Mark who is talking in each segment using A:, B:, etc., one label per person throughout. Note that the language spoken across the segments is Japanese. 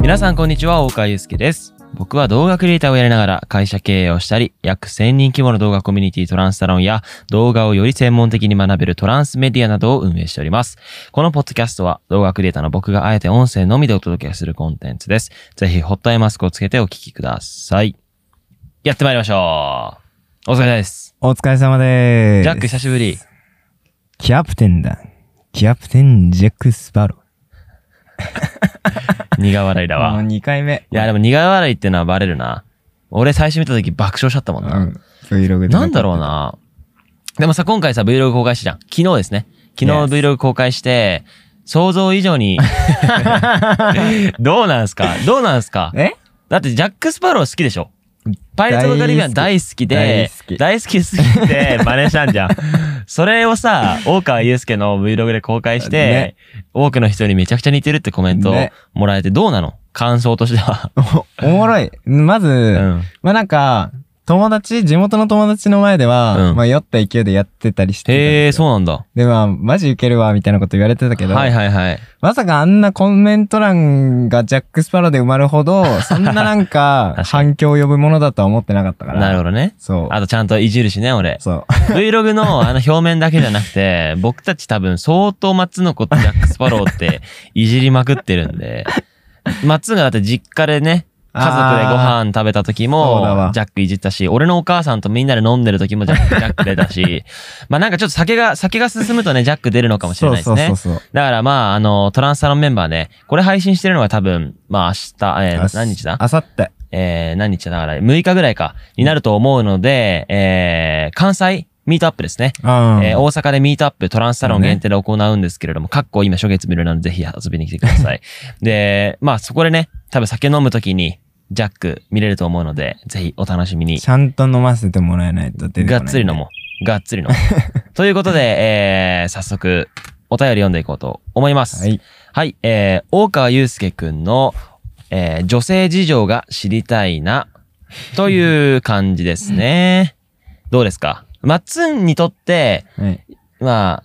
A: 皆さんこんにちは、大川祐介です。僕は動画クリエイターをやりながら会社経営をしたり、約1000人規模の動画コミュニティトランスサロンや動画をより専門的に学べるトランスメディアなどを運営しております。このポッドキャストは動画クリエイターの僕があえて音声のみでお届けするコンテンツです。ぜひホットアイマスクをつけてお聞きください。やってまいりましょう。お疲れ様です。
B: お疲れ様でーす。
A: ジャック久しぶり。
B: キャプテンだ。キャプテンジャック・スパロー。
A: 苦笑いだ わ。
B: もう2回目。
A: いや、でも苦笑いってのはバレるな。俺最初見た時爆笑しちゃったもん
B: う
A: な。
B: ん。Vlog で
A: なんだろう。な。でもさ、今回さ、Vlog 公開したじゃん。昨日ですね。昨日
B: Yes
A: Vlog 公開して、想像以上に、どうなんすかどうなんすか
B: え
A: だってジャック・スパロー好きでしょパイレーツ・オブ・カリビアン大好きで
B: 大好、き
A: 大好きすぎて真似したんじゃん。それをさ、大川祐介の Vlog で公開して、
B: ね
A: 多くの人にめちゃくちゃ似てるってコメントを
B: ね
A: もらえて、どうなの感想としては。
B: おおもろい。まず、
A: うん。
B: まあなんか、友達、地元の友達の前では、
A: うん
B: まあ酔った勢いでやってたりしてたん
A: へえ、
B: ですよ。
A: そうなんだ。
B: で、まあ、マジウケるわ、みたいなこと言われてたけど、
A: はいはいはい。
B: まさかあんなコメント欄がジャック・スパローで埋まる ほど、そんななんか
A: 確か
B: 反響を呼ぶものだとは思ってなかったから。
A: なるほどね。
B: そう。
A: あとちゃんといじるしね、俺。
B: そう。
A: Vlog のあの表面だけじゃなくて、僕たち多分相当松の子とジャック・スパローっていじりまくってるんで、松がだって実家でね、家族でご飯食べた時
B: そうだ
A: も
B: わ、
A: ジャックいじったし、俺のお母さんとみんなで飲んでる時もジャック、ジャック出たし、 まあなんかちょっと酒が、酒が進むとね、ジャック出るのかもしれないですね。
B: そうそうそうそう。
A: だからまあ、あの、トランスサロンメンバーね、これ配信してるのが多分、まあ明日、えー何日だ
B: あさって。
A: えー、何日だから、6日ぐらいか、になると思うので、えー、関西ミートアップですね。
B: うん
A: えー大阪でミートアップトランスサロン
B: そうね
A: 限定で行うんですけれども、かっこ今初月無料なのでぜひ遊びに来てくださ い。で、まあそこでね、多分酒飲むときにジャック見れると思うので、ぜひお楽しみに。
B: ちゃんと飲ませてもらえないと出てこな
A: が
B: い
A: っつり飲もう。がっつり飲も う。ということで、えー、早速、お便り読んでいこうと思います。
B: はい。
A: はい、えー、大川祐介くんの、えー女性事情が知りたいな、という感じですね。どうですかマッツンにとって、
B: はい。
A: まあ、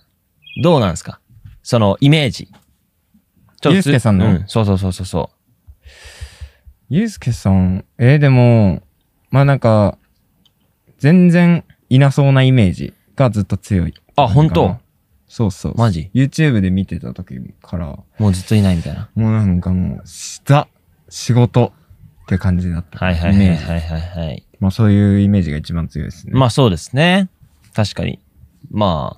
A: どうなんですかその、イメージ。ちょっと
B: 祐介さんの
A: うん、そうそうそうそうそ
B: ゆうすけさん、えーでも、まあなんか、全然いなそうなイメージがずっと強い。
A: う。あ、本当
B: そうそう。
A: マジ
B: ?YouTube で見てた時から、も
A: もうずっといないみたいな。
B: うなんかもう、した、仕事って感じだった。
A: はいはい
B: イ
A: は
B: メ
A: い
B: ージ
A: はいはいはい。
B: まあそういうイメージが一番強いですね。
A: まあそうですね。確かに。ま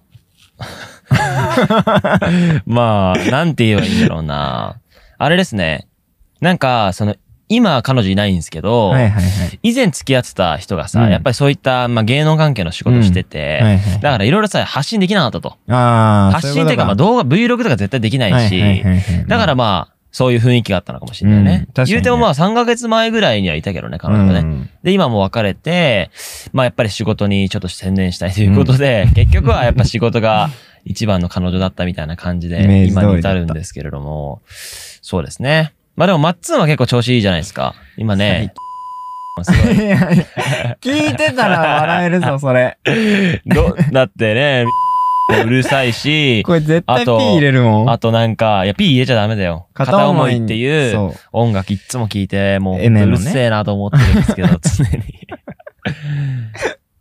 A: あ。 まあ、なんて言えばいいんだろうな。あれですね。なんか、その、今彼女いないんですけど、
B: はいはいはい。
A: 以前付き合ってた人がさ、
B: うん
A: やっぱりそういった、まあ、芸能関係の仕事してて、
B: はいはい。
A: だからいろいろさ、発信できなかったと。
B: ああ、
A: 発信っていうか、まあ
B: ど
A: 動画、Vlog とか絶対できないし、だからまあ、そういう雰囲気があったのかもしれないね。
B: うん確かにね
A: 言うてもまあ3ヶ月前ぐらいにはいたけどね、彼女はね。
B: ね。
A: で、今もう別れて、まあやっぱり仕事にちょっと専念したいということで、結局はやっぱ仕事 が一番の彼女だったみたいな感じ
B: イメ
A: で、
B: ージ通
A: 今
B: りだった
A: に至るんですけれども、そうですね。まあでも、マッツンは結構調子いいじゃないですか。今ね、すごい
B: いやいや聞いてたら笑えるぞ、それ。
A: どだってね、うるさいし、
B: これ絶対
A: あ
B: P
A: と
B: 入れるもん。
A: あとなんか、いや、P 入れちゃダメだよ。片思いっていう、
B: そ
A: 音楽いっつも聴いて、もう、
B: エネ
A: う
B: のね
A: るせえなと思ってるんですけ ど、常に。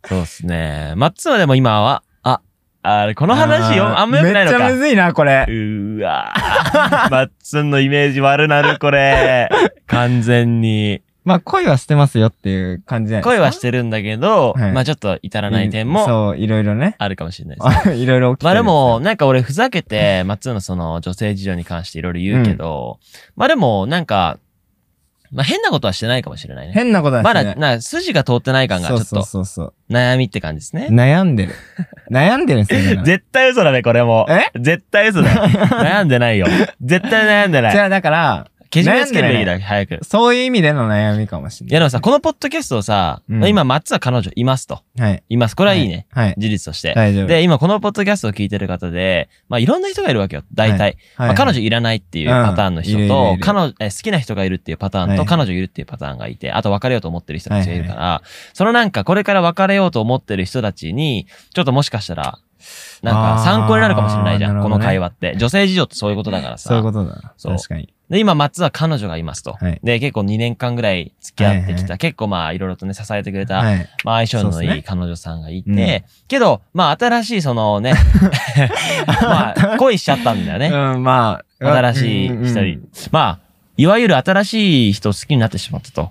A: そうですね。マッツンはでも今は、あ、あれ、こ
B: う。
A: の話よ、あんま良くないの
B: めっちゃむ
A: か。
B: ずいな、これ
A: う。ーわー マッツンのイメージ悪なる、これ。完全に。
B: まあ、恋はしてますよっていう感じじゃないですか
A: 恋はしてるんだけど、
B: はい
A: まあちょっと至らない点も
B: そう、いろいろね。
A: あるかもしれないですね。
B: あ いろいろ起きてる。
A: まあでも、、なんか俺ふざけて、松のその女性事情に関していろいろ言うけど、まあでも、なんか、まあ変なことはしてないかもしれないね。
B: 変なことは
A: ま
B: して
A: だ、
B: ない。
A: な、筋が通ってない感が、ちょっ
B: そう
A: と、
B: そうそう
A: 悩みって感じです
B: そう。
A: ね。
B: 悩んでる。悩んでるんですよ。
A: 絶対嘘だね、これも。
B: え
A: 絶対 嘘だ。悩んでないよ。絶対悩んで
B: じ
A: ない。
B: ゃあ、だから、
A: けじめつけるべきだ、早く。い
B: そういう意味での悩みかもしれ
A: や、でもさ、このポッドキャストをさ、
B: うん
A: 今、松は彼女いますと。
B: ない。はい。
A: います。こ
B: こ
A: れはいいね。。
B: はい。
A: 事実として。
B: 大丈夫。
A: で、今、このポッドキャストを聞いてる方で、まあ、いろんな人がいるわけよ、大体。
B: はい、
A: まあ、彼女いらないっていうパターンの人
B: うんいるいる
A: と
B: い、る
A: 彼女、え好きな人がいるっていうパターン
B: は
A: と、
B: い
A: 彼女いるっていうパターンがいて、あと別れようと思ってる人たちがいるから、そのなんかこれから別れようと思ってる人たちに、ちょっともしかしたらなんか参考になるかもしれないじゃ
B: あー
A: ん、
B: なる
A: こ
B: ほ
A: の
B: どね
A: 会話って。女性事情ってそういうことだからさ。
B: そういうことだな。
A: そう
B: 確かに。
A: で、今、松は彼女がいますと。
B: はい
A: で、結構2年間ぐらい付き合ってきた。
B: はいは
A: 結構まあ、いろいろとね、支えてくれた、
B: はい。
A: まあ、相性の
B: そうっす
A: いい
B: ね
A: 彼女さんがいて、
B: うん
A: けど、まあ、新しいその ね、まあ、恋しちゃったんだよね。
B: うん、まあ。
A: 新しい
B: うんうん
A: 人に。まあ、いわゆる新しい人を好きになってしまったと。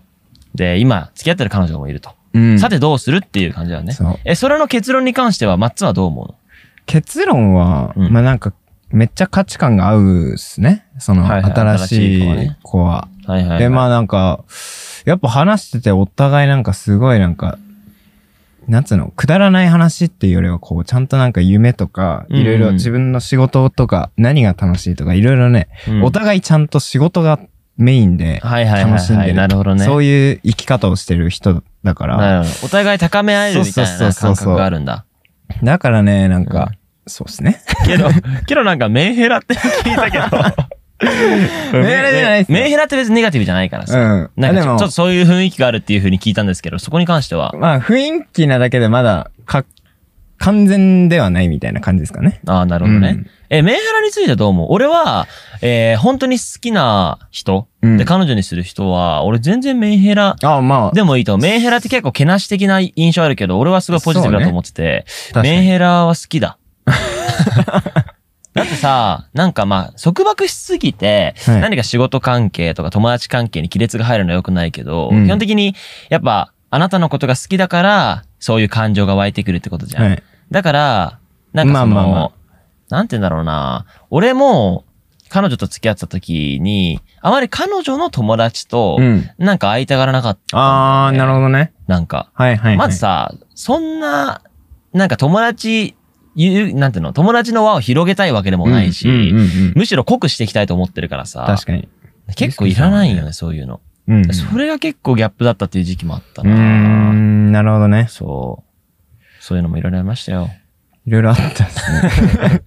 A: で、今、付き合ってる彼女もいると。
B: うん。
A: さて、どうするっていう感じだよね。
B: そう。
A: え、それの結論に関しては、マッツはどう思うの
B: 結論は、
A: うん
B: まあなんか、めっちゃ価値観が合うっすね。その、
A: はいはい
B: 新し
A: 新しい子はいね
B: 子は。
A: はいはい、はい。
B: で、まあなんか、やっぱ話しててお互いなんかすごいなんか、なんつうの、くだらない話っていうよりはこう、ちゃんとなんか夢とか、
A: うんうん
B: いろいろ自分の仕事とか、何が楽しいとか、いろいろね、
A: うん
B: お互いちゃんと仕事がメインで、
A: はいはいはい、
B: 楽しん
A: は
B: で
A: い。
B: る
A: なるほどね。
B: そういう生き方をしてる人だから、
A: なるほど。お互い高め合えるみたい
B: そう
A: な
B: そうそ
A: 感
B: うそう
A: 覚があるんだ。
B: だからね、なん
A: う
B: か、そうですね。
A: けど、 けどなんかメンヘラって聞いたけど。
B: メンヘラじゃないっすよ
A: メンヘラって別にネガティブじゃないから
B: う
A: さ。
B: ん。
A: なんかち
B: で
A: ょ
B: も
A: ちょっとそういう雰囲気があるっていうふうに聞いたんですけど、そこに関しては。
B: まあ雰囲気なだけでまだか完全ではないみたいな感じですかね。
A: ああ、なるほどね。
B: うん
A: え、メンヘラについてどう思う俺は、えー本当に好きな人、
B: うん
A: で、彼女にする人は、俺全然メンヘラ
B: あまあ、
A: でもいいと思う。メンヘラって結構けなし的な印象あるけど、俺はすごいポジティブだと思ってて、
B: そうね
A: メンヘラは好きだ。 だってさ、なんかまあ、束縛しすぎて、
B: はい
A: 何か仕事関係とか友達関係に亀裂が入るのは良くないけど、
B: うん
A: 基本的に、やっぱ、あなたのことが好きだから、そういう感情が湧いてくるってことじゃん。
B: はい。
A: だから、なんかその、
B: まあまあまあ
A: なんて言うんだろうな。俺も、彼女と付き合ってた時に、あまり彼女の友達と
B: う、ん。
A: なんか会いたがらなかったんだよ
B: あ
A: ね、
B: ー、なるほどね。
A: なんか、
B: はいはい、はい。
A: まず、さ、そんな、なんか友達、ゆなんていうの、友達の輪を広げたいわけでもないし、
B: うんうんうんうん
A: むしろ濃くしていきたいと思ってるからさ
B: 確、かに。
A: 結構いらないよね、そういうの。
B: うん。う
A: それが結構ギャップだったっていう時期もあった
B: ー
A: な。
B: ん、なるほどね。
A: そう。そういうのもいろいろありましたよ。
B: いろいろあったっすね。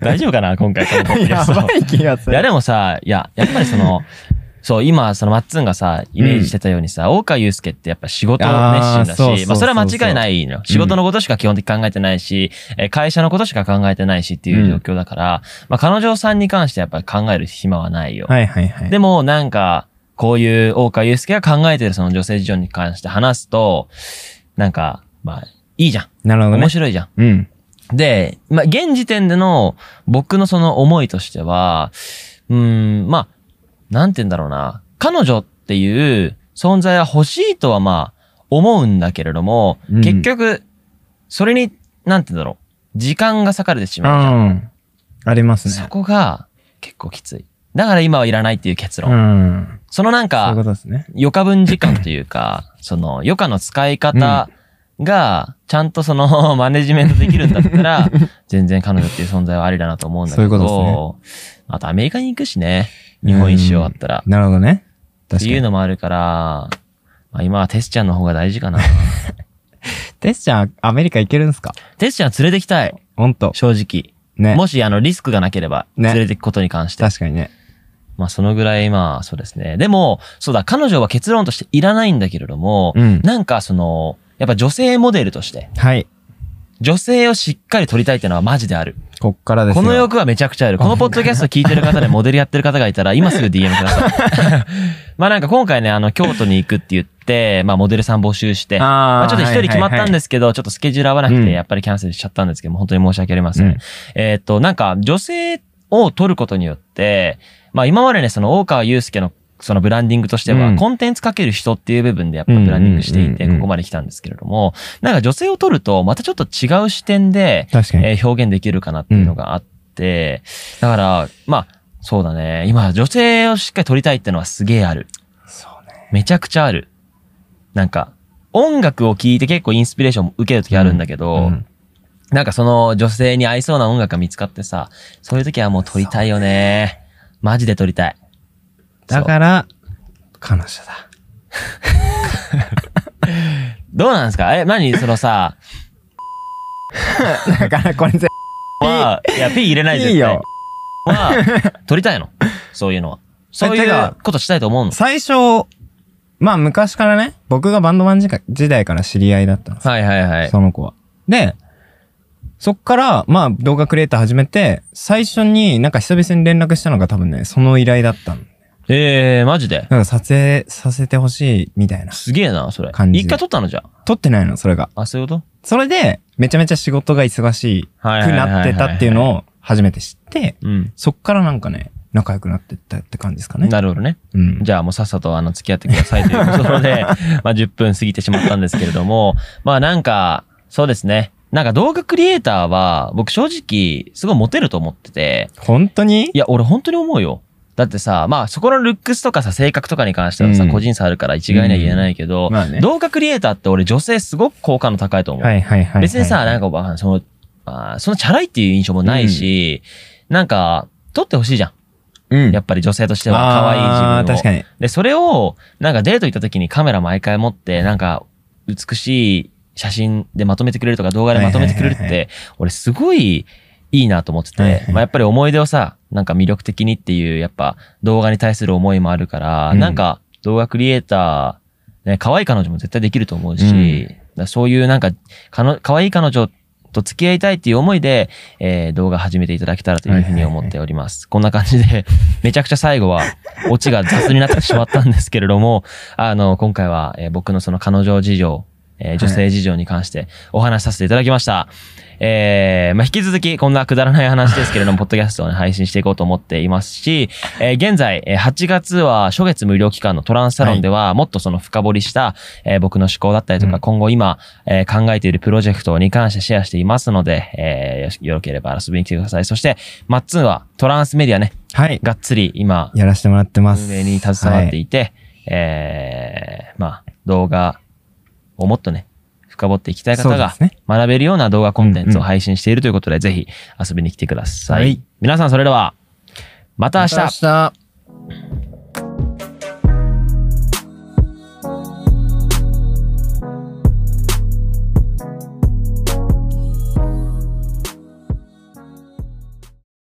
A: 大丈夫かな今回このポッドキャ
B: や
A: スト
B: ば い気がす
A: いや
B: る。
A: でもさ、いや、やっぱりそ の、そう、今、その、マッツンがさ、イメージしてたようにさ、大川祐介ってやっぱ仕事熱心だ
B: あーそうそうそう
A: し、
B: そう
A: まあ、それは間違いないのよ。仕事のことしか基本的に考えてないし、え会社のことしか考えてないしっていう状況だから、まあ、彼女さんに関してやっぱり考える暇はないよ。
B: はいはいはい。
A: でも、なんか、こういう大川祐介が考えてるその女性事情に関して話すと、なんか、まあ、いいじゃん。
B: なるほどね
A: 面。白いじゃん。
B: うん。
A: で、まあ、現時点での僕のその思いとしては、うーん、まあ、なんて言うんだろうな。彼女っていう存在は欲しいとはまあ、思うんだけれども、
B: うん
A: 結局、それに、なんて言うんだろう。時間が割かれてし
B: う
A: まうじゃん。
B: ん。あります
A: そ
B: ね。
A: こが結構きつい。だから今はいらないっていう結
B: う
A: 論。
B: ん。
A: そのなん
B: そういうこ
A: か、
B: とですね。
A: 余暇分時間という か、その余暇の使い方が、ちゃんとその マネジメントできるんだった ら、全然彼女っていう存在はありだなと思うんだけど、
B: そういうこと
A: あとアメリカに行くしね、日本一周終わったら。
B: なるほどね。
A: って
B: 確か
A: いう
B: に。
A: のもあるから、まあ、今はテスちゃんの方が大事 かな。
B: テスちゃん、アメリカ行けるんすか
A: テスちゃん連れてきたい、
B: ほんと。
A: 正直。
B: ね。
A: もしあのリスクがなければ、
B: ね
A: 連れてくことに関して。
B: 確かにね。
A: まあそのぐらいまあそうですね。でも、そうだ、彼女は結論としていらないんだけれども、
B: うん。
A: なんかその、やっぱ女性モデルとして、
B: はい。
A: 女性をしっかり撮りたいってのはマジである。
B: こっからです
A: こ
B: よ。
A: の欲はめちゃくちゃある。このポッドキャスト聞いてる方でモデルやってる方がいた ら、今すぐ DM ください。まあなんか今回ね、あの、京都に行くって言って、まあモデルさん募集して、ま
B: あ。
A: あ、ちょっと一人決まったんですすけど、ちょっとスケジュール合わなく
B: うん
A: て、やっぱりキャンセルしちゃったんですけど、本当に申し訳ありません。
B: うん
A: えーっと、なんか、女性を取ることによって、まあ今までね、その大川祐介のそのブランディングとしては、
B: うん
A: コンテンツかける人っていう部分でやっぱブランディングしていて、
B: うんうんうんう
A: こ
B: ん
A: こまで来たんですけれども、なんか女性を取ると、またちょっと違う視点で、
B: 確かに。
A: えー表現できるかなっていうのがあって、だから、まあ、そうだね。今、女性をしっかり取りたいってのはすげえある。
B: そうね。
A: めちゃくちゃある。なんか、音楽を聴いて結構インスピレーション受ける時あるんだけど、
B: うん
A: なんかその女性に合いそうな音楽が見つかってさ、そういう時はもう撮りたいよね。マジで撮りたい。
B: だ
A: ら。
B: から、彼 女だ。
A: どうなんですかえ、何その さ、
B: だから、これ絶
A: は、いや、P 入れない絶
B: 対
A: 対。
B: いいよ。。
A: は、撮りたいの。そういう のは。そうい
B: て
A: う
B: か
A: ことしたいと思うの。
B: 最初、まあ昔からね、僕がバンドマン時代時代から知り合いだったんですよ
A: はいはいはい。
B: その子は。で、そっから、まあ、動画クリエイター始めて、最初になんか久々に連絡したのが多分ね、その依頼だったの。
A: えー、マジで
B: なんか撮影させてほしいみたいな。
A: すげえな、それ。
B: 感じ
A: 一回撮ったのじゃあ。
B: 撮ってないの、それが。
A: あ、そういうこと
B: それで、めちゃめちゃ仕事が忙し
A: は
B: く
A: いはいはいはい
B: なってたっていうのを初めて知って、
A: うん。
B: そっからなんかね、仲良くなってったって感じですかね。
A: なるほどね。
B: うん。
A: じゃあもうさっさとあの付き合ってくださいということで、 まあ10分過ぎてしまったんですけれども、まあなんか、そうですね。なんか動画クリエイターは僕正直すごいモテると思ってて、
B: 本当に
A: いや俺本当に思うよ。だってさ、まあそこのルックスとかさ性格とかに関してはさ、
B: うん
A: 個人差あるから一概には言えないけど、
B: まあね。
A: 動画クリエイターって俺女性すごく好感度高いと思う。
B: はいはいはいはい。
A: 別にさ、なんかまあその、あーそのチャラいっていう印象もないし、なんか撮ってほしいじゃん。
B: うん、
A: やっぱり女性としては可愛い自分を。
B: あー確かに。
A: で、それを、なんかデート行った時にカメラ毎回持って、なんか、美しい写真でまとめてくれるとか動画でまとめてくれるっ
B: はいはい
A: て、俺すごいいいなと思ってて、
B: はいはい
A: まあやっぱり思い出をさ、なんか魅力的にっていう、やっぱ動画に対する思いもあるから、
B: うん
A: なんか動画クリエイター、ね、可愛い彼女も絶対できると思うし、
B: うん
A: だからそういうなんか、かの、可愛い彼女と付き合いたいっていう思いで、えー動画始めていただけたらというふうに思っております。こんな感じで、めちゃくちゃ最後は、オチが雑になってしまったんですけれども、あの、今回は、えー僕のその彼女事情、えー女性事情に関してお話しさせていただきました。えーまあ、引き続きこんなくだらない話ですけれども、ポッドキャストを、ね、配信していこうと思っていますし、えー現在、えー8月は初月無料期間のトランスサロンでは、もっとその深掘りした、えー僕の思考だったりとか、
B: うん
A: 今後今、えー考えているプロジェクトに関してシェアしていますので、えーよしよろければ遊びに来てください。そして、マッツンはトランスメディアね、
B: はい。
A: がっつり今、
B: やらせてもらってます。
A: 運営に携わって
B: はい
A: て、えーまあ、動画をもっとね、深掘っていきたい
B: い、そ
A: 方
B: うで
A: が
B: すね。
A: 学べるような動画コンテンツを
B: うんうん
A: 配信しているということで、ぜひ遊びに来てください。
B: はい
A: 皆さんそれでは、また明日
B: また明日